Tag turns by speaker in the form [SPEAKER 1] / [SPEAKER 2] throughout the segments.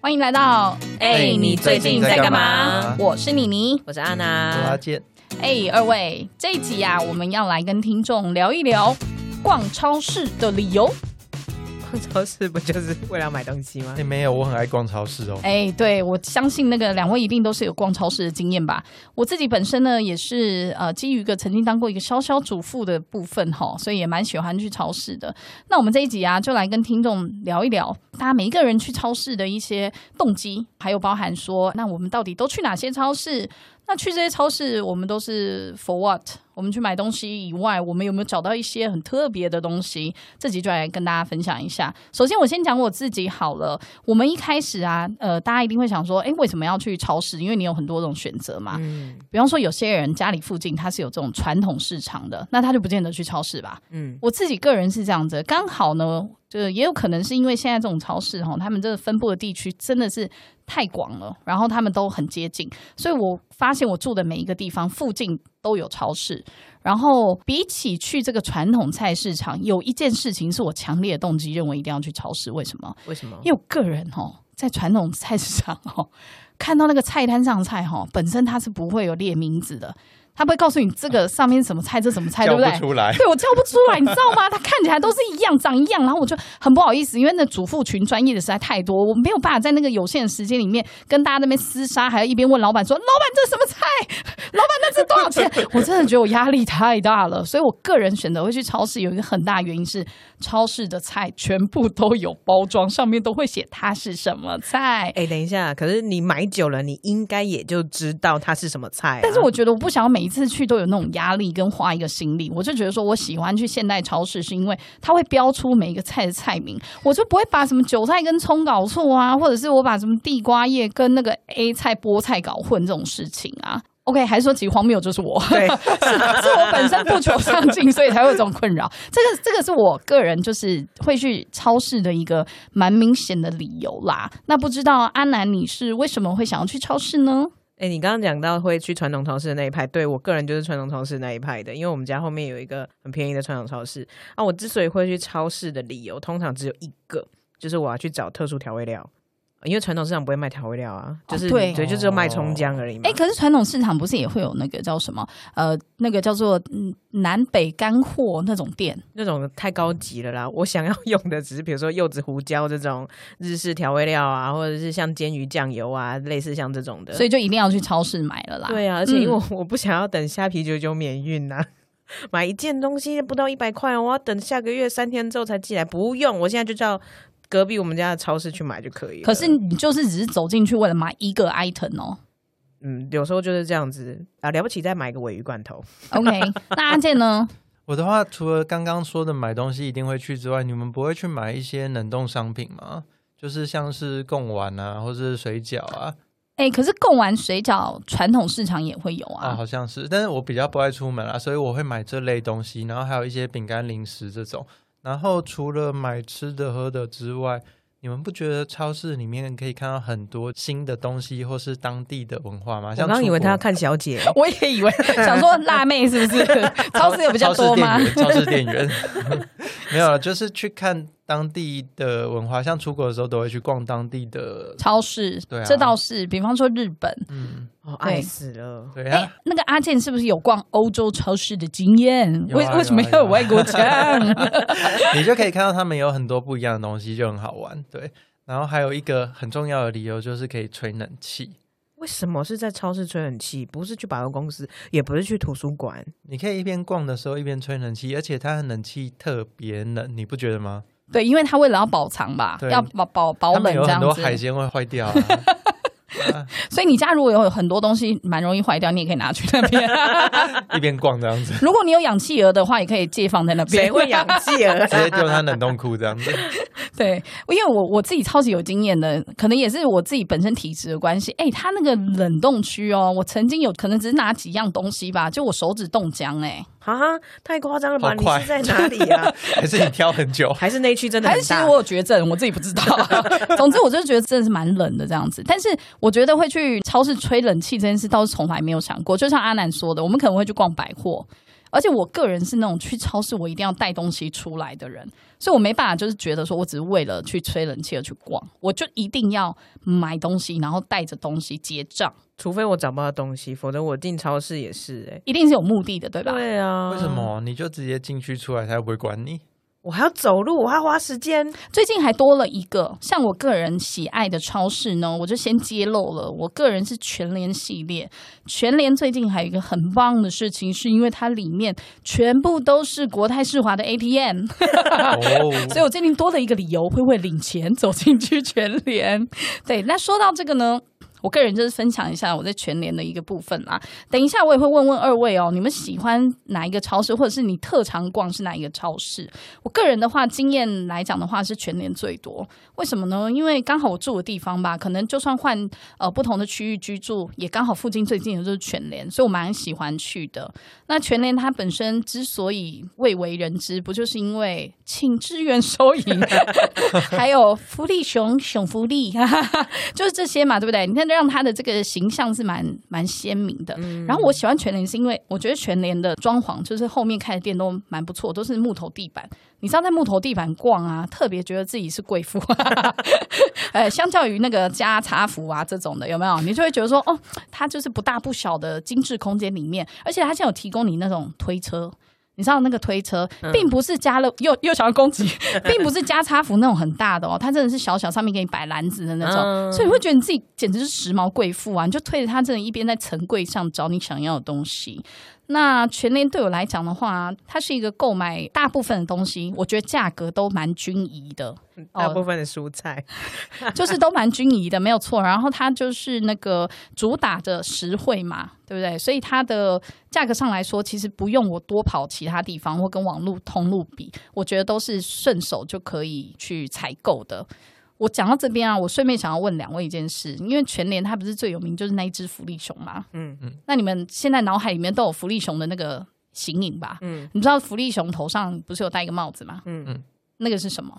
[SPEAKER 1] 欢迎来到
[SPEAKER 2] 哎你最近在干嘛嗯
[SPEAKER 1] 我是妮妮。
[SPEAKER 2] 我是安
[SPEAKER 3] 我
[SPEAKER 2] 娜
[SPEAKER 3] 拉，见，
[SPEAKER 1] 哎，二位，这一集啊，我们要来跟听众聊一聊逛超市的理由。
[SPEAKER 2] 逛超市不就是为了要买东西吗
[SPEAKER 3] 哎、？没有，我很爱逛超市哦。
[SPEAKER 1] 哎，对，我相信那个两位一定都是有逛超市的经验吧。我自己本身呢，也是呃，基于一个曾经当过一个潇潇主妇的部分哈，所以也蛮喜欢去超市的。那我们这一集啊，就来跟听众聊一聊，大家每一个人去超市的一些动机，还有包含说，那我们到底都去哪些超市？那去这些超市，我们都是 for what？我们去买东西以外，我们有没有找到一些很特别的东西？这集就来跟大家分享一下。首先，我先讲我自己好了。我们一开始啊，呃，大家一定会想说，诶，为什么要去超市？因为你有很多种选择嘛。
[SPEAKER 2] 嗯
[SPEAKER 1] 比方说，有些人家里附近他是有这种传统市场的，那他就不见得去超市吧。
[SPEAKER 2] 嗯，
[SPEAKER 1] 我自己个人是这样子，刚好呢，就是也有可能是因为现在这种超市哈，他们这个分布的地区真的是太广了，然后他们都很接近，所以我发现我住的每一个地方附近都有超市。然后比起去这个传统菜市场，有一件事情是我强烈的动机，认为一定要去超市。为什么？
[SPEAKER 2] 为什么？
[SPEAKER 1] 因为我个人哦，在传统菜市场哦，看到那个菜单上的菜哈、哦，本身它是不会有列名字的，它不会告诉你这个上面什么菜，这什么菜，对
[SPEAKER 3] 叫
[SPEAKER 1] 不对？
[SPEAKER 3] 不出 来，
[SPEAKER 1] 对我叫不出来，你知道吗？它看起来都是一样，长一样，然后我就很不好意思，因为那主妇群专业的实在太多，我没有办法在那个有限的时间里面跟大家那边厮杀，还要一边问老板说：“老板这什么菜？老板那是多少钱？” 我真的觉得我压力太大了，所以我个人选择会去超市，有一个很大原因是超市的菜全部都有包装，上面都会写它是什么菜。
[SPEAKER 2] 哎、等一下，可是你买久了，你应该也就知道它是什么菜啊、
[SPEAKER 1] 但是我觉得我不想要每一次去都有那种压力跟花一个心力，我就觉得说我喜欢去现代超市，是因为它会标出每一个菜的菜名，我就不会把什么韭菜跟葱搞错啊，或者是我把什么地瓜叶跟那个 A 菜菠菜搞混这种事情啊。OK，还是说其实荒谬就是我，
[SPEAKER 2] 对
[SPEAKER 1] 是我本身不求上进，所以才会有这种困扰。这个这个是我个人就是会去超市的一个蛮明显的理由啦。那不知道阿南你是为什么会想要去超市呢？
[SPEAKER 2] 哎、你刚刚讲到会去传统超市的那一派，对我个人就是传统超市那一派的，因为我们家后面有一个很便宜的传统超市啊。我之所以会去超市的理由，通常只有一个，就是我要去找特殊调味料，因为传统市场不会卖调味料啊，就是、
[SPEAKER 1] 哦对
[SPEAKER 2] 就只有卖葱姜而已嘛。
[SPEAKER 1] 哎、可是传统市场不是也会有那个叫什么呃，那个叫做嗯南北干货那种店？
[SPEAKER 2] 那种太高级了啦！我 想要用的只是比如说柚子胡椒这种日式调味料啊，或者是像煎鱼酱油啊，类似像这种的。
[SPEAKER 1] 所
[SPEAKER 2] 以
[SPEAKER 1] 以就一定要去超市买了啦。
[SPEAKER 2] 对啊，而且因为
[SPEAKER 1] 嗯
[SPEAKER 2] 我我不想要等虾皮九九免运呐、啊 买一件东西不到一百块，我要等下个月三天之后才寄来。不用，我现在就叫隔壁我们家的超市去买就可以了。
[SPEAKER 1] 可是你就是只是走进去为了买一个 item 哦。
[SPEAKER 2] 嗯，有时候就是这样子啊，了不起再买个尾鱼罐头。
[SPEAKER 1] OK，那阿健呢？
[SPEAKER 3] 我的话，除了刚刚说的买东西一定会去之外，你们不会去买一些冷冻商品吗？就是像是贡丸啊，或是水饺啊，
[SPEAKER 1] 哎、可是贡丸水饺传统市场也会有
[SPEAKER 3] 啊，
[SPEAKER 1] 啊。
[SPEAKER 3] 好像是。但是我比较不爱出门啊，所以我会买这类东西，然后还有一些饼干、零食这种。然后除了买吃的、喝的之外，你们不觉得超市里面可以看到很多新的东西，或是当地的文化吗？
[SPEAKER 2] 我
[SPEAKER 3] 像
[SPEAKER 2] 刚刚以为
[SPEAKER 3] 出
[SPEAKER 2] 他
[SPEAKER 3] 国
[SPEAKER 2] 要看小姐，
[SPEAKER 1] 我也 以为想说辣妹是不是超市有比较多吗？
[SPEAKER 3] 超市店员，超市 店员没有了，就是去看当地的文化，像出国的时候都会去逛当地的，
[SPEAKER 1] 超市，
[SPEAKER 3] 对啊
[SPEAKER 1] 这倒是。比方说日本，
[SPEAKER 3] 嗯，
[SPEAKER 2] 哦，
[SPEAKER 1] 对
[SPEAKER 2] 爱死了。
[SPEAKER 3] 对
[SPEAKER 1] 哎、
[SPEAKER 3] 啊，
[SPEAKER 1] 那个阿健是不是有逛欧洲超市的经验？
[SPEAKER 3] 有啊
[SPEAKER 1] 为、
[SPEAKER 3] 有啊
[SPEAKER 1] 为什么要有外国腔？
[SPEAKER 3] 你就可以看到他们有很多不一样的东西，就很好玩，对。然后还有一个很重要的理由就是可以吹冷气，
[SPEAKER 2] 为什么是在超市吹冷气？不是去百货公司，也不是去图书馆。
[SPEAKER 3] 你可以一边逛的时候一边吹冷气，而且它的冷气特别冷，你不觉得吗？
[SPEAKER 1] 对，因为他为了要保藏吧，
[SPEAKER 3] 对
[SPEAKER 1] 要保保保
[SPEAKER 3] 他
[SPEAKER 1] 冷
[SPEAKER 3] 们有
[SPEAKER 1] 这
[SPEAKER 3] 很
[SPEAKER 1] 样
[SPEAKER 3] 多
[SPEAKER 1] 子，
[SPEAKER 3] 海鲜会坏掉、啊，
[SPEAKER 1] 所以你家如果有很多东西蛮容易坏掉，你也可以拿去那 边。
[SPEAKER 3] 一边逛这样子，
[SPEAKER 1] 如果你有养企鹅的话，也可以借放在那边。
[SPEAKER 2] 谁会养？企鹅
[SPEAKER 3] 直接丢他冷冻库这样子。
[SPEAKER 1] 对，因为我我自己超级有经验的，可能也是我自己本身体质的关系。哎、它那个冷冻区哦，我曾经有可能只是拿几样东西吧，就我手指冻僵哎、
[SPEAKER 2] 啊？太夸张了吧！
[SPEAKER 3] 好
[SPEAKER 2] 你
[SPEAKER 3] 快
[SPEAKER 2] 是在哪里 啊？
[SPEAKER 3] 还是你挑 很
[SPEAKER 1] 嗯
[SPEAKER 3] 久？
[SPEAKER 2] 还是那一区真的
[SPEAKER 1] 还是
[SPEAKER 2] 很
[SPEAKER 1] 其实
[SPEAKER 2] 大？
[SPEAKER 1] 我有绝症，我自己不知 道。总之，我就觉得真的是蛮冷的这样子。但是我觉得会去超市吹冷气这件事，倒是从来没有想过。就像阿南说的，我们可能会去逛百货，而且我个人是那种去超市我一定要带东西出来的人，所以我没办法，就是觉得说我只是为了去吹冷气而去逛，我就一定要买东西，然后带着东西结账，
[SPEAKER 2] 除非我找不到东西，否则我进超市也是哎、
[SPEAKER 1] 一定是有目的的，对吧？
[SPEAKER 2] 对啊，
[SPEAKER 3] 为什？么你就直接进去出来，他又不会管你？
[SPEAKER 2] 我还要走路，我还要花时间。
[SPEAKER 1] 最近还多了一个，像我个人喜爱的超市呢，我就先揭露了。我个人是全联系列，全联最近还有一个很棒的事情，是因为它里面全部都是国泰世华的 ATM，
[SPEAKER 3] 哦，
[SPEAKER 1] 所以我最近多了一个理由，会为领钱走进去全联。对，那说到这个呢，我个人就是分享一下我在全联的一个部分啦。等一下我也会问问二位哦，你们喜欢哪一个超市，或者是你特常逛是哪一个超市？我个人的话，经验来讲的话是全联最多。为什么呢？因为刚好我住的地方吧，可能就算换呃不同的区域居住，也刚好附近最近的就是全联，所以我蛮喜欢去的。那全联它本身之所以未为人知，不就是因为请支援收银， 还有福利熊熊福利，就是这些嘛，对不对？你看让它的这个形象是蛮蛮鲜明的。然后我喜欢全联是因为我觉得全联的装潢就是后面开的店都蛮不错，都是木头地板。你知道在木头地板逛啊，特别觉得自己是贵妇、啊 呃，相较于那个加茶服啊这种的，有没有？你就会觉得说，哦，它就是不大不小的精致空间里面，而且它现在有提供你那种推车。你知道那个推车，并不是加了又又想要攻击，并不是加差服那种很大的哦，它真的是小小，上面给你摆篮子的那种，
[SPEAKER 2] 嗯
[SPEAKER 1] 所以你会觉得你自己简直是时髦贵妇啊！你就推着它，真的一边在层柜上找你想要的东西。那全联对我来讲的话，它是一个购买大部分的东西，我觉得价格都蛮均宜的。哦
[SPEAKER 2] 大部分的蔬菜，
[SPEAKER 1] 就是都蛮均宜的，没有错。然后它就是那个主打的实惠嘛，对不对？所以它的价格上来说，其实不用我多跑其他地方或跟网络通路比，我觉得都是顺手就可以去采购的。我讲到这边啊，我顺便想要问两位一件事，因为全联它不是最有名就是那一只福利熊嘛，
[SPEAKER 2] 嗯
[SPEAKER 1] 嗯，那你们现在脑海里面都有福利熊的那个形影吧？嗯
[SPEAKER 2] 嗯，
[SPEAKER 1] 你知道福利熊头上不是有戴一个帽子吗？嗯
[SPEAKER 2] 嗯
[SPEAKER 1] 嗯
[SPEAKER 3] 嗯，
[SPEAKER 1] 那个是什么？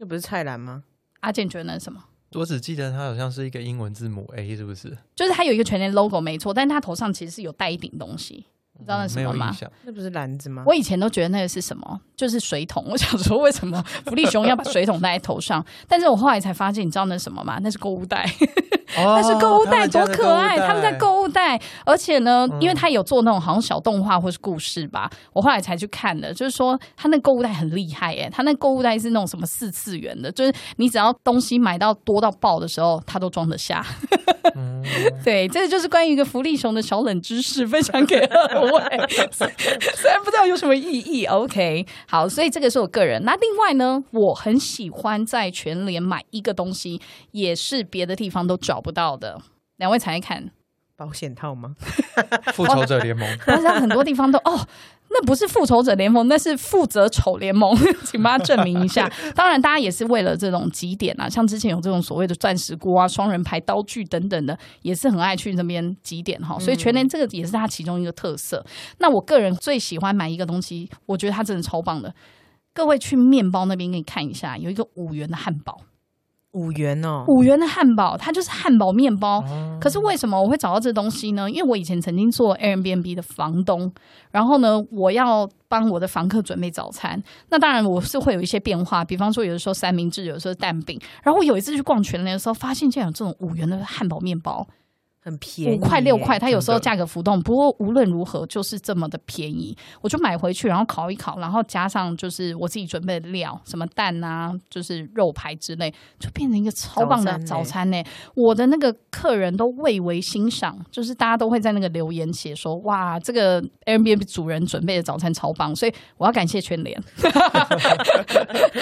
[SPEAKER 2] 那不是菜篮吗？
[SPEAKER 1] 阿健觉得那是什么？
[SPEAKER 3] 我只记得它好像是一个英文字母 A，是不是？
[SPEAKER 1] 就是它有一个全联 logo 没错，但是它头上其实是有戴一顶东西，你知道那是什
[SPEAKER 3] 嗯没
[SPEAKER 1] 么
[SPEAKER 3] 有
[SPEAKER 1] 吗
[SPEAKER 3] 印？象。
[SPEAKER 2] 那不是篮子吗？
[SPEAKER 1] 我以前都觉得那个是什么，就是水桶。 我想说，为什么福利熊要把水桶戴在头上？ 但是我后来才发现，你知道那是什么吗？那是购物袋。
[SPEAKER 3] 哦
[SPEAKER 1] 但是购物袋
[SPEAKER 3] 他
[SPEAKER 1] 多
[SPEAKER 3] 们家的
[SPEAKER 1] 可爱！他们在
[SPEAKER 3] 物
[SPEAKER 1] 购物袋，而且呢，
[SPEAKER 3] 嗯
[SPEAKER 1] 因为他有做那种好像小动画或是故事吧，我后来才去看的，就是说他那购物袋很厉害耶，他那购物袋是那种什么四次元的，就是你只要东西买到多到爆的时候，他都装得下。
[SPEAKER 3] 嗯
[SPEAKER 1] 对，这就是关于一个福利熊的小冷知识，分享给各位。虽然不知道有什么意义，OK，好，所以这个是我个人。那另外呢，我很喜欢在全联买一个东西，也是别的地方都找不到的。两位猜猜看，
[SPEAKER 2] 保险套吗？
[SPEAKER 3] 袋复仇者 联盟
[SPEAKER 1] 但是它很多地方都哦，那不是复仇者联盟，那是负责丑联盟， 请帮他证明一下。当然，大家也是为了这种极点啊，像之前有这种所谓的钻石锅啊、双人牌、刀具等等的，也是很爱去那边极点哈。所以全年这个也是它其中一个特色。那我个人最喜欢买一个东西，我觉得它真的超棒的。各位去面包那边给你看一下，有一个五元的汉堡，
[SPEAKER 2] 五元哦，
[SPEAKER 1] 五元的汉堡，它就是汉堡面包。
[SPEAKER 3] 哦
[SPEAKER 1] 可是为什么我会找到这东西呢？因为我以前曾经做 Airbnb 的房东，然后呢，我要帮我的房客准备早餐。那当然我是会有一些变化，比方说有的时候三明治，有的时候蛋饼。然后我有一次去逛全联的时候，发现竟然有这种五元的汉堡面包，
[SPEAKER 2] 很便宜，
[SPEAKER 1] 五块六块，，它有时候
[SPEAKER 3] 真的
[SPEAKER 1] 价格浮动，不过无论如何就是这么的便宜，我就买回去，然后烤一烤，然后加上就是我自己准备的料，什么蛋啊，就是肉排之类，就变成一个超棒的早
[SPEAKER 2] 早
[SPEAKER 1] 餐
[SPEAKER 2] 餐欸
[SPEAKER 1] 呢、我的那个客人都蔚为欣赏，就是大家都会在那个留言写说，哇，这个 Airbnb 主人准备的早餐超棒，所以我要感谢全联。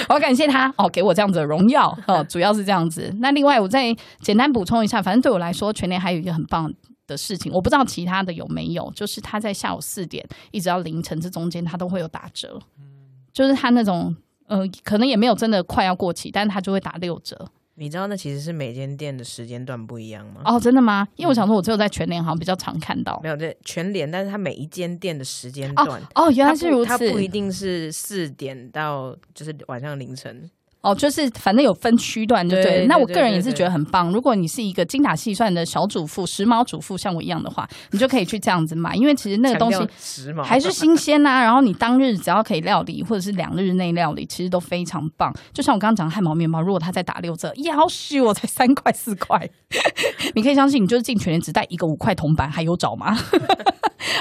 [SPEAKER 1] 我要感谢他哦，给我这样子的荣耀哦，主要是这样子。那另外，我再简单补充一下，反正对我来说，全年还有一个很棒的事情，我不知道其他的有没有，就是他在下午四点一直到凌晨这中间，他都会有打折，
[SPEAKER 2] 嗯
[SPEAKER 1] 就是他那种呃，可能也没有真的快要过期，但是他就会打六折。
[SPEAKER 2] 你知道那其实是每间店的时间段不一样吗？
[SPEAKER 1] 哦，真的吗？因为我想说，我只有在全年好像比较常看到。
[SPEAKER 2] 嗯没有，这全联，但是它每一间店的时间
[SPEAKER 1] 哦
[SPEAKER 2] 段。
[SPEAKER 1] 哦，原
[SPEAKER 2] 它
[SPEAKER 1] 来
[SPEAKER 2] 不
[SPEAKER 1] 是如
[SPEAKER 2] 它
[SPEAKER 1] 此
[SPEAKER 2] 不一定是四点到就是晚上凌晨，
[SPEAKER 1] 哦，就是反正有分区段就对了。
[SPEAKER 2] 对对
[SPEAKER 1] 那我
[SPEAKER 2] 对
[SPEAKER 1] 个人也
[SPEAKER 2] 对
[SPEAKER 1] 是
[SPEAKER 2] 对
[SPEAKER 1] 觉得很棒。如果你是一个精打细算的小主妇、时髦主妇，像我一样的话，你就可以去这样子买，因为其实那个东西
[SPEAKER 2] 强调时
[SPEAKER 3] 嗯
[SPEAKER 2] 髦
[SPEAKER 1] 还是新鲜呐、然后你当日只要可以料理，或者是两日内料理，其实都非常棒。就像我刚刚讲的汉堡面包，如果它再打六折，要死我才三块四块， 你可以相信，你就是进全联只带一个五块铜板，还有找吗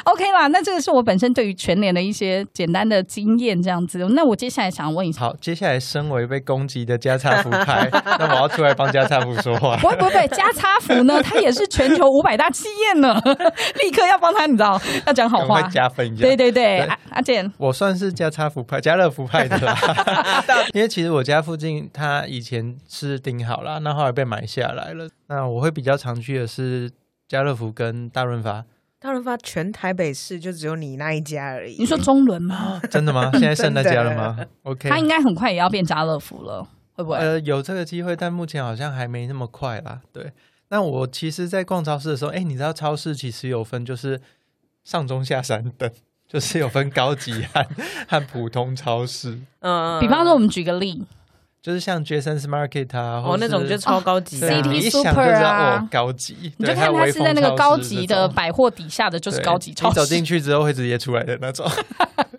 [SPEAKER 1] ？OK 啦，那这个是我本身对于全联的一些简单的经验，这样子。那我接下来想问一下，
[SPEAKER 3] 好，接下来身为被攻击的加差福派， 那我要出来帮加差福说话。
[SPEAKER 1] 不会不会不会，加差福呢，它也是全球五百大企业呢， 立刻要帮他，你知道，要讲好
[SPEAKER 3] 赶快
[SPEAKER 1] 话。
[SPEAKER 3] 加分一下。
[SPEAKER 1] 对对对，
[SPEAKER 3] 对
[SPEAKER 1] 阿阿健，
[SPEAKER 3] 我算是加差福派、家乐福派的 啦，因为其实我家附近它以前是顶好啦，那后来被买下来了。那我会比较常去的是家乐福跟大润发，
[SPEAKER 2] 大润发全台北市就只有你那一家而已。
[SPEAKER 1] 你说中伦吗？
[SPEAKER 3] 真 的吗？现在剩那家了吗
[SPEAKER 2] 真
[SPEAKER 3] ？OK，
[SPEAKER 1] 他应该很快也要变家乐福了，会不会？
[SPEAKER 3] 呃，有这个机会，但目前好像还没那么快啦。对，那我其实，在逛超市的时候，哎，你知道超市其实有分，就是上中下三等，就是有分高级和和普通超市，
[SPEAKER 2] 嗯，嗯，
[SPEAKER 1] 比方说，我们举个例
[SPEAKER 3] 就是像 Jason's Market 啊，
[SPEAKER 2] 哦
[SPEAKER 3] 或，
[SPEAKER 2] 那种
[SPEAKER 3] 是
[SPEAKER 2] 就超高级的
[SPEAKER 3] 对
[SPEAKER 2] 啊，
[SPEAKER 1] CT
[SPEAKER 3] 你一想就
[SPEAKER 1] Super
[SPEAKER 3] 知道
[SPEAKER 1] 啊
[SPEAKER 3] 哦，高级，
[SPEAKER 1] 你就
[SPEAKER 3] 对还
[SPEAKER 1] 看
[SPEAKER 3] 有
[SPEAKER 1] 它
[SPEAKER 3] 微
[SPEAKER 1] 是在
[SPEAKER 3] 风
[SPEAKER 1] 那个高
[SPEAKER 3] 超市
[SPEAKER 1] 级
[SPEAKER 3] 这
[SPEAKER 1] 的
[SPEAKER 3] 种
[SPEAKER 1] 百货底下的，就是
[SPEAKER 3] 对
[SPEAKER 1] 高级
[SPEAKER 3] 你
[SPEAKER 1] 超
[SPEAKER 3] 走
[SPEAKER 1] 市
[SPEAKER 3] 进。去之后会直接出来的那种，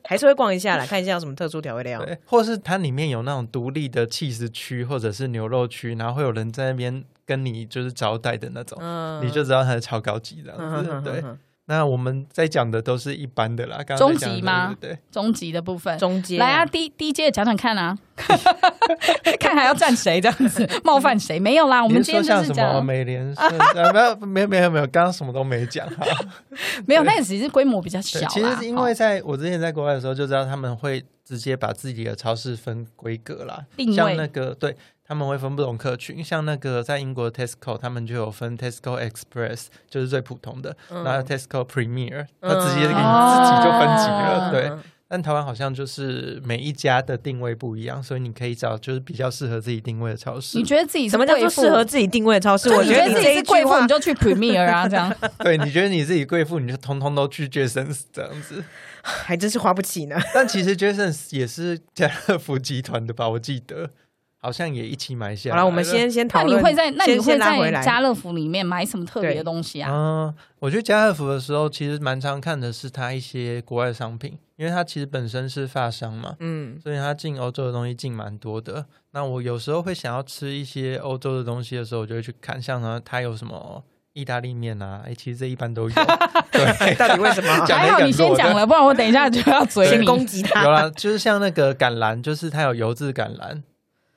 [SPEAKER 2] 还是会逛一下啦，看一下有什么特殊调味料。
[SPEAKER 3] 对，或是它里面有那种独立的 cheese 区或者是牛肉区，然后会有人在那边跟你就是招待的那种，
[SPEAKER 2] 嗯
[SPEAKER 3] 你就知道它是超高级这
[SPEAKER 1] 嗯
[SPEAKER 3] 样子。对，那我们在讲的都是一般的啦，刚刚在
[SPEAKER 1] 中级
[SPEAKER 3] 讲的
[SPEAKER 1] 吗哦
[SPEAKER 3] 对对
[SPEAKER 1] 中级的部分。
[SPEAKER 2] 中间
[SPEAKER 1] 来啊，，第第一阶讲讲看啊， 看还要站谁这样 子，冒犯谁？没有啦，我
[SPEAKER 3] 对，
[SPEAKER 1] 们
[SPEAKER 3] 你
[SPEAKER 1] 今天
[SPEAKER 3] 是说
[SPEAKER 1] 就
[SPEAKER 3] 像
[SPEAKER 1] 是
[SPEAKER 3] 什
[SPEAKER 1] 讲
[SPEAKER 3] 么美联社？啊没有没有没有没有，刚刚什么都没讲。 好
[SPEAKER 1] 没有，那只是规模比较小
[SPEAKER 3] 对
[SPEAKER 1] 啦。
[SPEAKER 3] 其实因为在我之前在国外的时候，就知道他们会直接把自己的超市分规格啦，
[SPEAKER 1] 定位
[SPEAKER 3] 像那个对他们会分不同客群，像那个在英国 Tesco，他们就有分 Tesco Express，就是最普通的，
[SPEAKER 2] 嗯
[SPEAKER 3] 然后 Tesco Premier，
[SPEAKER 2] 嗯
[SPEAKER 3] 它直接给你自己就分级
[SPEAKER 1] 啊
[SPEAKER 3] 了，对。但台湾好像就是每一家的定位不一样，所以你可以找就是比较适合自己定位的超
[SPEAKER 1] 好
[SPEAKER 3] 市
[SPEAKER 1] 你。
[SPEAKER 2] 嗯
[SPEAKER 1] 觉得自己是
[SPEAKER 2] 什么叫做
[SPEAKER 1] 贵妇
[SPEAKER 2] 适合？自己定位的超市？
[SPEAKER 1] 就
[SPEAKER 2] 我
[SPEAKER 1] 你
[SPEAKER 2] 觉
[SPEAKER 1] 觉
[SPEAKER 2] 得
[SPEAKER 1] 得
[SPEAKER 2] 你
[SPEAKER 1] 自
[SPEAKER 2] 这
[SPEAKER 1] 己
[SPEAKER 2] 一
[SPEAKER 1] 是
[SPEAKER 2] 句
[SPEAKER 1] 贵妇，
[SPEAKER 2] 话
[SPEAKER 1] 你就去 Premier 啊，这 样。
[SPEAKER 3] 对，你觉得你自己贵妇，你就通通都去 Jasons 这样 子。
[SPEAKER 2] 还真是花不起呢。
[SPEAKER 3] 但其实 Jason 也是家乐福集团的吧？我记得好像也一起买下
[SPEAKER 2] 好
[SPEAKER 3] 来了。
[SPEAKER 2] 了，我们先先
[SPEAKER 1] 那
[SPEAKER 2] 讨
[SPEAKER 1] 你
[SPEAKER 2] 论。
[SPEAKER 1] 会在那你
[SPEAKER 2] 先
[SPEAKER 1] 会
[SPEAKER 2] 先拉
[SPEAKER 1] 在
[SPEAKER 2] 回来
[SPEAKER 1] 家乐福里面买什么特别的东西啊？
[SPEAKER 3] 嗯，我去家乐福的时候，其实蛮常看的是它一些国外商品，因为它其实本身是发商嘛，
[SPEAKER 2] 嗯，
[SPEAKER 3] 所以它进欧洲的东西进蛮多的。那我有时候会想要吃一些欧洲的东西的时候，我就会去看，像呢它有什么意大利面啊，哎、其实这一 般都有。对，
[SPEAKER 2] 到底为什么
[SPEAKER 3] 讲得
[SPEAKER 1] 还好你先
[SPEAKER 3] 很弱
[SPEAKER 1] 讲
[SPEAKER 3] 对
[SPEAKER 1] 了，不然我等一下就要嘴
[SPEAKER 2] 先
[SPEAKER 1] 你。
[SPEAKER 2] 攻击他
[SPEAKER 3] 有？啦，就是像那个橄榄，就是它有油渍橄榄，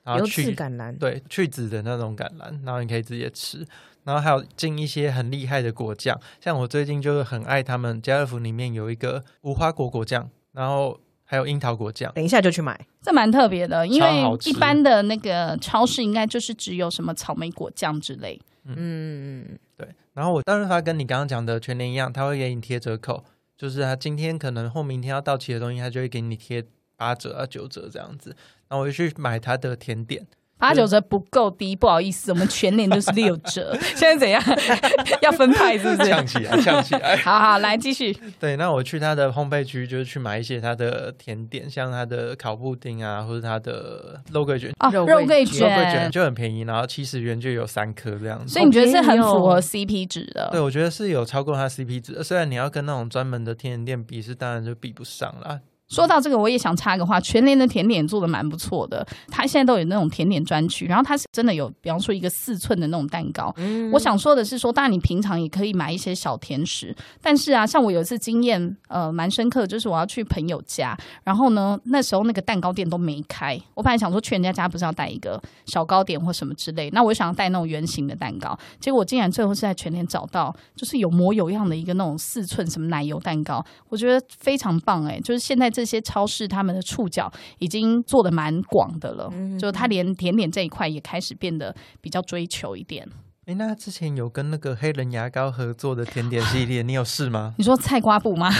[SPEAKER 3] 然后
[SPEAKER 2] 油
[SPEAKER 3] 去
[SPEAKER 2] 渍橄榄，
[SPEAKER 3] 对，去籽的那种橄榄，然后你可以直接吃。然后还有进一些很厉害的果酱，像我最近就是很爱他们家乐福里面有一个无花果果酱，然后还有樱桃果酱。
[SPEAKER 2] 等一下就去买。
[SPEAKER 1] 这蛮特别的，因为
[SPEAKER 3] 超好吃
[SPEAKER 1] 一般的那个超市应该就是只有什么草莓果酱之类。
[SPEAKER 2] 嗯，
[SPEAKER 3] 对，然后我当然它跟你刚刚讲的全年一样，它会给你贴折扣，就是它今天可能或明天要到期的东西，它就会给你贴八折啊九折这样子。然后我就去买它的甜点，
[SPEAKER 1] 八九折不够低，不好意思，我们全年就是六 折。现在怎样？ 要分派是不是？
[SPEAKER 3] 呛起来，呛起来。
[SPEAKER 1] 好好，来继续。
[SPEAKER 3] 对，那我去它的烘焙区，就是去买一些它的甜点，像它的烤布丁啊，或者它的肉桂卷。
[SPEAKER 1] 哦，
[SPEAKER 2] 肉
[SPEAKER 1] 肉
[SPEAKER 2] 桂
[SPEAKER 1] 桂
[SPEAKER 2] 卷
[SPEAKER 3] 肉桂卷
[SPEAKER 1] 卷，
[SPEAKER 3] 就很便宜，然后七十元就有三颗这样子。
[SPEAKER 1] 所以你觉得是很
[SPEAKER 2] 好便宜哦
[SPEAKER 1] 符合 CP 值
[SPEAKER 3] 对，
[SPEAKER 1] 的。
[SPEAKER 3] 我觉得是有超过它 CP 值的，虽然你要跟那种专门的甜点店比，是当然就比不上啦。
[SPEAKER 1] 说到这个，我也想插个话，全年的甜点做的蛮不错的，它现在都有那种甜点专区，然后它是真的有，比方说一个四寸的那种蛋糕，我想说的是说，当然你平常也可以买一些小甜食，但是啊，像我有一次经验，呃，蛮深刻的，就是我要去朋友家，然后呢，那时候那个蛋糕店都没开，我本来想说去人家家不是要带一个小糕点或什么之类，那我就想要带那种圆形的蛋糕，结果我竟然最后是在全联找到，就是有模有样的一个那种四寸什么奶油蛋糕，我觉得非常棒哎、就是现在这些超市他们的触角已经做的蛮广的了，
[SPEAKER 3] 嗯
[SPEAKER 1] 就它连甜点这一块也开始变得比较追求一点。
[SPEAKER 3] 诶，那之前有跟那个黑人牙膏合作的甜点系 列，你有试吗？
[SPEAKER 1] 你说菜瓜布 吗？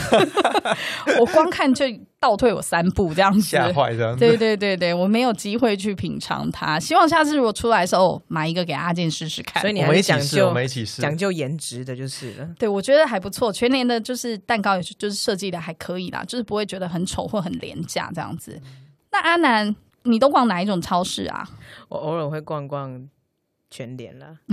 [SPEAKER 1] 我光看就倒退我三步这样子。
[SPEAKER 3] 吓坏这样子。
[SPEAKER 1] 对对对对，我没有机会去品尝它。希望下次如果出来的时候，买一个给阿健试试看。
[SPEAKER 2] 所以你
[SPEAKER 3] 我
[SPEAKER 2] 还
[SPEAKER 3] 们
[SPEAKER 2] 是
[SPEAKER 3] 一起
[SPEAKER 2] 讲
[SPEAKER 3] 试，我
[SPEAKER 2] 究
[SPEAKER 3] 们一起试。
[SPEAKER 2] 讲究颜值的就是了。
[SPEAKER 1] 对我觉得还不错，全年的就是蛋糕也是就是设计的还可以啦，就是不会觉得很丑或很廉价这样子。那阿南你都逛哪一种超市啊？
[SPEAKER 2] 我偶尔会逛逛全联啦，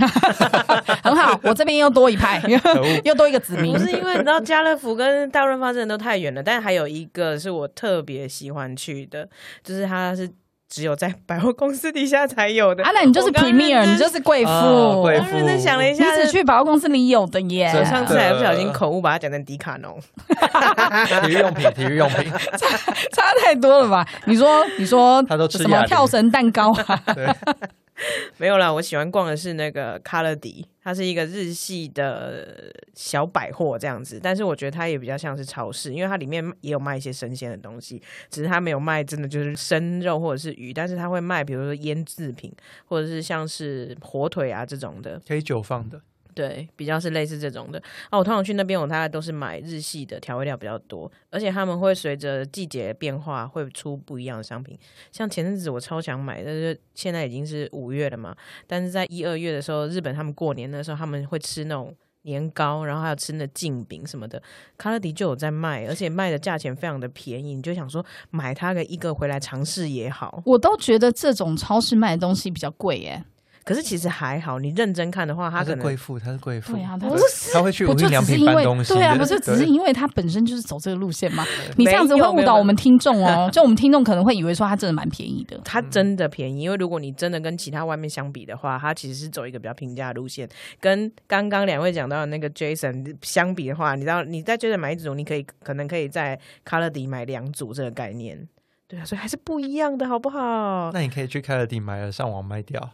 [SPEAKER 1] 很好，我这边又多一 派，
[SPEAKER 3] 恶
[SPEAKER 1] 又多一个子民
[SPEAKER 2] 不。是因为你知道家乐福跟大润发真的都太远了，但还有一个是我特别喜欢去的，就是它是只有在百货公司底下才有的。
[SPEAKER 1] 啊，那你就是
[SPEAKER 2] 我刚认
[SPEAKER 1] Premier，
[SPEAKER 2] 真
[SPEAKER 1] 你就是贵妇，
[SPEAKER 3] 啊贵
[SPEAKER 2] 我认真想了一
[SPEAKER 1] 你
[SPEAKER 2] 下，
[SPEAKER 1] 只去百货公司里有的耶。
[SPEAKER 2] 我
[SPEAKER 3] 这
[SPEAKER 2] 上次还不小心口误把它讲成迪卡侬，
[SPEAKER 1] 啊
[SPEAKER 3] 体育用品，体育用 品，
[SPEAKER 1] 差太多了吧？你说，你说，
[SPEAKER 3] 他都吃
[SPEAKER 1] 什么
[SPEAKER 3] 哑铃
[SPEAKER 1] 跳绳蛋糕 啊？
[SPEAKER 3] 对，
[SPEAKER 2] 没有啦，我喜欢逛的是那个 Color D，它是一个日系的小百货这样子，但是我觉得它也比较像是超市，因为它里面也有卖一些生鲜的东西，只是它没有卖真的就是生肉或者是鱼，但是它会卖比如说腌制品或者是像是火腿啊这种的，
[SPEAKER 3] 可以久放的，
[SPEAKER 2] 对，比较是类似这种的。啊，我通常去那边，我大概都是买日系的调味料比较多，而且他们会随着季节变化会出不一样的商品。像前阵子我超想买，但是现在已经是五月了嘛，但是在一二月的时候，日本他们过年的时候，他们会吃那种。年糕，然后还有吃那镜饼什么的，卡乐迪就有在卖，而且卖的价钱非常的便宜，你就想说买它个一个回来尝试也好。
[SPEAKER 1] 我都觉得这种超市卖的东西比较贵耶。
[SPEAKER 2] 可是其实还好，你认真看的话，它
[SPEAKER 3] 她
[SPEAKER 2] 可
[SPEAKER 3] 是
[SPEAKER 2] 能
[SPEAKER 3] 贵妇，她是贵 妇，
[SPEAKER 1] 对啊她
[SPEAKER 3] 对她会去
[SPEAKER 1] 不
[SPEAKER 3] 无
[SPEAKER 1] 就
[SPEAKER 3] 印良
[SPEAKER 1] 只是
[SPEAKER 3] 品
[SPEAKER 1] 因
[SPEAKER 3] 搬
[SPEAKER 1] 为
[SPEAKER 3] 东西的，
[SPEAKER 1] 对啊，不就只是
[SPEAKER 3] 对
[SPEAKER 1] 因为它本身就是走这个路线 吗？你这样子
[SPEAKER 2] 没
[SPEAKER 1] 会
[SPEAKER 2] 有
[SPEAKER 1] 误导我们听众哦，就我们听众可能会以为说它真的蛮便宜的。
[SPEAKER 2] 它真的便宜，因为如果你真的跟其他外面相比的话，它其实是走一个比较平价的路线。跟刚刚两位讲到的那个 Jason 相比的话，你知道你在 Jason 买一组，你可以可能可以在 Color 迪买两组这个概念。对啊，所以还是不一样的，好不好？
[SPEAKER 3] 那你可以去开了底买了，上网卖掉。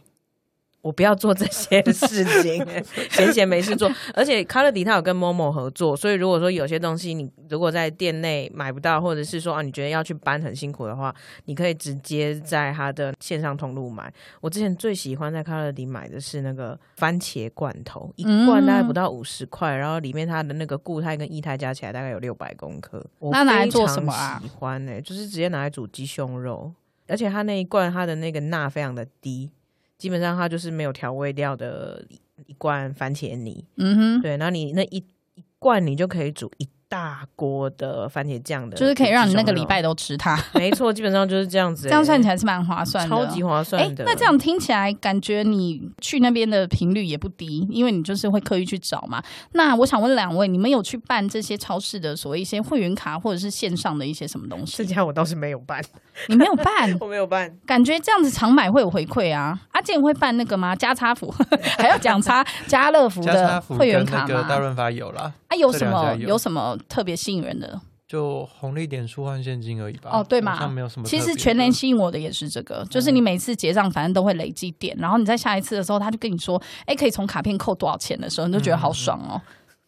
[SPEAKER 2] 我不要做这些事情，闲闲没事做。而且卡乐迪它有跟 Momo 合作，所以如果说有些东西你如果在店内买不到，或者是说啊你觉得要去搬很辛苦的话，你可以直接在它的线上通路买。我之前最喜欢在卡乐迪买的是那个番茄罐头，一罐大概不到五十块，然后里面它的那个固态跟液态加起来大概有六百公克。我
[SPEAKER 1] 那拿来做什么啊
[SPEAKER 2] 非常喜欢呢、欸就是直接拿来煮鸡胸肉，而且它那一罐它的那个钠非常的低。基本上它就是没有调味料的一一罐番茄泥，
[SPEAKER 1] 嗯哼，
[SPEAKER 2] 对，然后你那一一罐你就可以煮一大锅的番茄酱的，
[SPEAKER 1] 就是可以让你那个礼拜，都吃它，
[SPEAKER 2] 没错，基本上就是这样子、
[SPEAKER 1] 这样算起
[SPEAKER 2] 来
[SPEAKER 1] 来是蛮划算的。
[SPEAKER 2] 超级划算
[SPEAKER 1] 哎，
[SPEAKER 2] 的。
[SPEAKER 1] 那这样听起来感觉你去那边的频率也不低，因为你就是会刻意去找嘛。那我想问两位，你们有去办这些超市的所谓一些会员卡或者是线上的一些什么东
[SPEAKER 2] 这
[SPEAKER 1] 西？
[SPEAKER 2] 家我倒是没有办，，
[SPEAKER 1] 你没有办
[SPEAKER 2] 我没有办，
[SPEAKER 1] 感觉这样子常买会有回馈啊。阿健会办那个吗？家差福 还要讲差家乐福
[SPEAKER 3] 加差
[SPEAKER 1] 的
[SPEAKER 3] 福
[SPEAKER 1] 会员
[SPEAKER 3] 跟
[SPEAKER 1] 卡
[SPEAKER 3] 那个大
[SPEAKER 1] 吗？
[SPEAKER 3] 润发有啦，
[SPEAKER 1] 啊，有什
[SPEAKER 3] 这两
[SPEAKER 1] 么
[SPEAKER 3] 家有
[SPEAKER 1] 有什么特别吸引人的？
[SPEAKER 3] 就红利点数换现金而已吧。
[SPEAKER 1] 哦对嘛
[SPEAKER 3] 好像没有什么特别
[SPEAKER 1] 其
[SPEAKER 3] 的。嗯
[SPEAKER 1] 实全联吸引我的也是这个，就是你每次结账反正都会累积点，然后你在下一次的时候，他就跟你说，哎，可以从卡片扣多少钱的时候，你就
[SPEAKER 3] 嗯
[SPEAKER 1] 觉得好爽哦。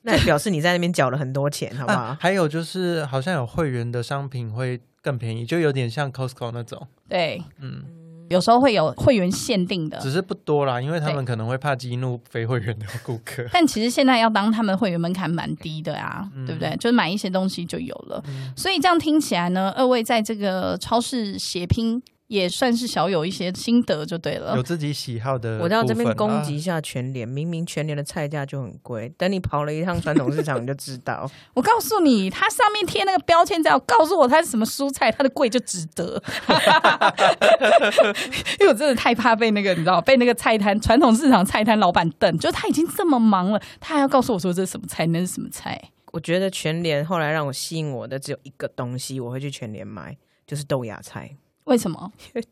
[SPEAKER 2] 那也表示你在那边缴了很多钱，好不好？
[SPEAKER 3] 啊，还有就是好像有会员的商品会更便宜，就有点像 Costco 那种，
[SPEAKER 1] 对，
[SPEAKER 3] 嗯，
[SPEAKER 1] 有时候会有会员限定的，
[SPEAKER 3] 只是不多啦，因为他们可能会怕激怒非会员的顾客。
[SPEAKER 1] 但其实现在要当他们会员门槛蛮低的啊，
[SPEAKER 3] 嗯
[SPEAKER 1] 对不对？就是买一些东西就有了。所以这样听起来呢，二位在这个超市血拼也算是小有一些心得就对了
[SPEAKER 3] 有。自己喜好的部分啦，啊
[SPEAKER 2] 我到这边攻击一下全联，明明全联的菜价就很贵，等你跑了一趟传统市场你就知道。
[SPEAKER 1] 我告诉你，它上面贴那个标签只要告诉我它是什么蔬菜，它的贵就值得。 因为我真的太怕被那个你知道被那个菜摊传统市场菜摊老板瞪，就他已经这么忙了，他还要告诉我说这是什么菜，那是什么菜。
[SPEAKER 2] 我觉得全联后来让我吸引我的只有一个东西，我会去全联买，就是豆芽菜。
[SPEAKER 1] 为什么？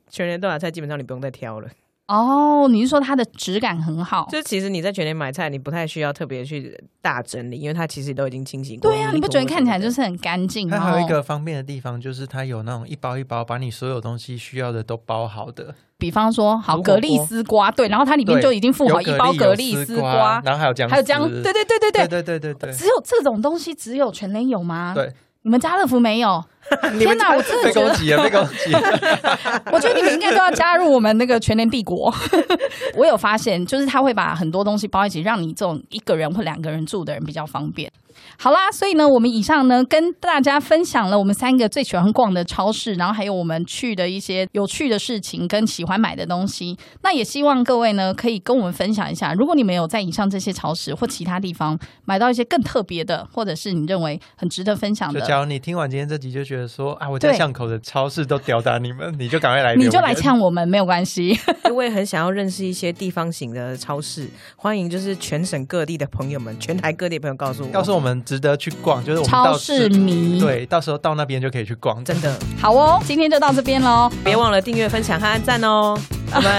[SPEAKER 2] 全联豆芽菜基本上你不用再挑了，
[SPEAKER 1] 哦，你是说它的质感很好？
[SPEAKER 2] 就其实你在全联买菜，你不太需要特别去大整理，因为它其实都已经清洗过。
[SPEAKER 1] 对呀、啊你不觉得看起来就是是很干净？
[SPEAKER 3] 它
[SPEAKER 1] 然
[SPEAKER 3] 还有一
[SPEAKER 1] 后，
[SPEAKER 3] 个方便的地方，就是它有那种一包一包把你所有东西需要的都包好的，
[SPEAKER 1] 比方说，好
[SPEAKER 2] 煮火
[SPEAKER 1] 蛤
[SPEAKER 2] 锅
[SPEAKER 1] 蜊丝瓜，对，然后它里面
[SPEAKER 3] 对
[SPEAKER 1] 就已经附好
[SPEAKER 3] 有
[SPEAKER 1] 一包
[SPEAKER 3] 有
[SPEAKER 1] 蛤蜊丝
[SPEAKER 3] 瓜
[SPEAKER 1] 瓜，，
[SPEAKER 3] 然后还有姜丝，
[SPEAKER 1] 还有姜，对对对对对，
[SPEAKER 3] 对对对对对
[SPEAKER 1] 只有这种东西只有全联有吗？，
[SPEAKER 3] 对，
[SPEAKER 1] 你们家乐福没有？ 天哪，我真的
[SPEAKER 3] 被
[SPEAKER 1] 觉
[SPEAKER 3] 攻
[SPEAKER 1] 得，
[SPEAKER 3] 击了，啊被攻击了。
[SPEAKER 1] 我觉得你们应该都要加入我们那个全联帝国。 我有发现，就是他会把很多东西包一起，让你这种一个人或两个人住的人比较方便。好啦，所以呢，我们以上呢跟大家分享了我们三个最喜欢逛的超市，然后还有我们去的一些有趣的事情跟喜欢买的东西。那也希望各位呢可以跟我们分享一下，如果你们有在以上这些超市或其他地方买到一些更特别的，或者是你认为很值得分享
[SPEAKER 3] 就
[SPEAKER 1] 的，
[SPEAKER 3] 假如你听完今天这集就觉得说啊，我在
[SPEAKER 1] 对
[SPEAKER 3] 巷口的超市都吊打你们，你就赶快来，
[SPEAKER 1] 你就来。呛我们没有关系。
[SPEAKER 2] 因为很想要认识一些地方型的超市，欢迎就是全省各地的朋友们，全台各地的朋友告诉我，
[SPEAKER 3] 告诉我们值得去逛，就是我们
[SPEAKER 1] 超
[SPEAKER 3] 到
[SPEAKER 1] 市
[SPEAKER 3] 时
[SPEAKER 1] 迷，，
[SPEAKER 3] 对，到时候到那边就可以去逛。
[SPEAKER 2] 真的，
[SPEAKER 1] 好哦，今天就到这边喽。
[SPEAKER 2] 别忘了订阅、分享和按赞哦。我们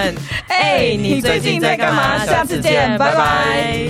[SPEAKER 1] 哎哎你最近在干嘛下次见拜拜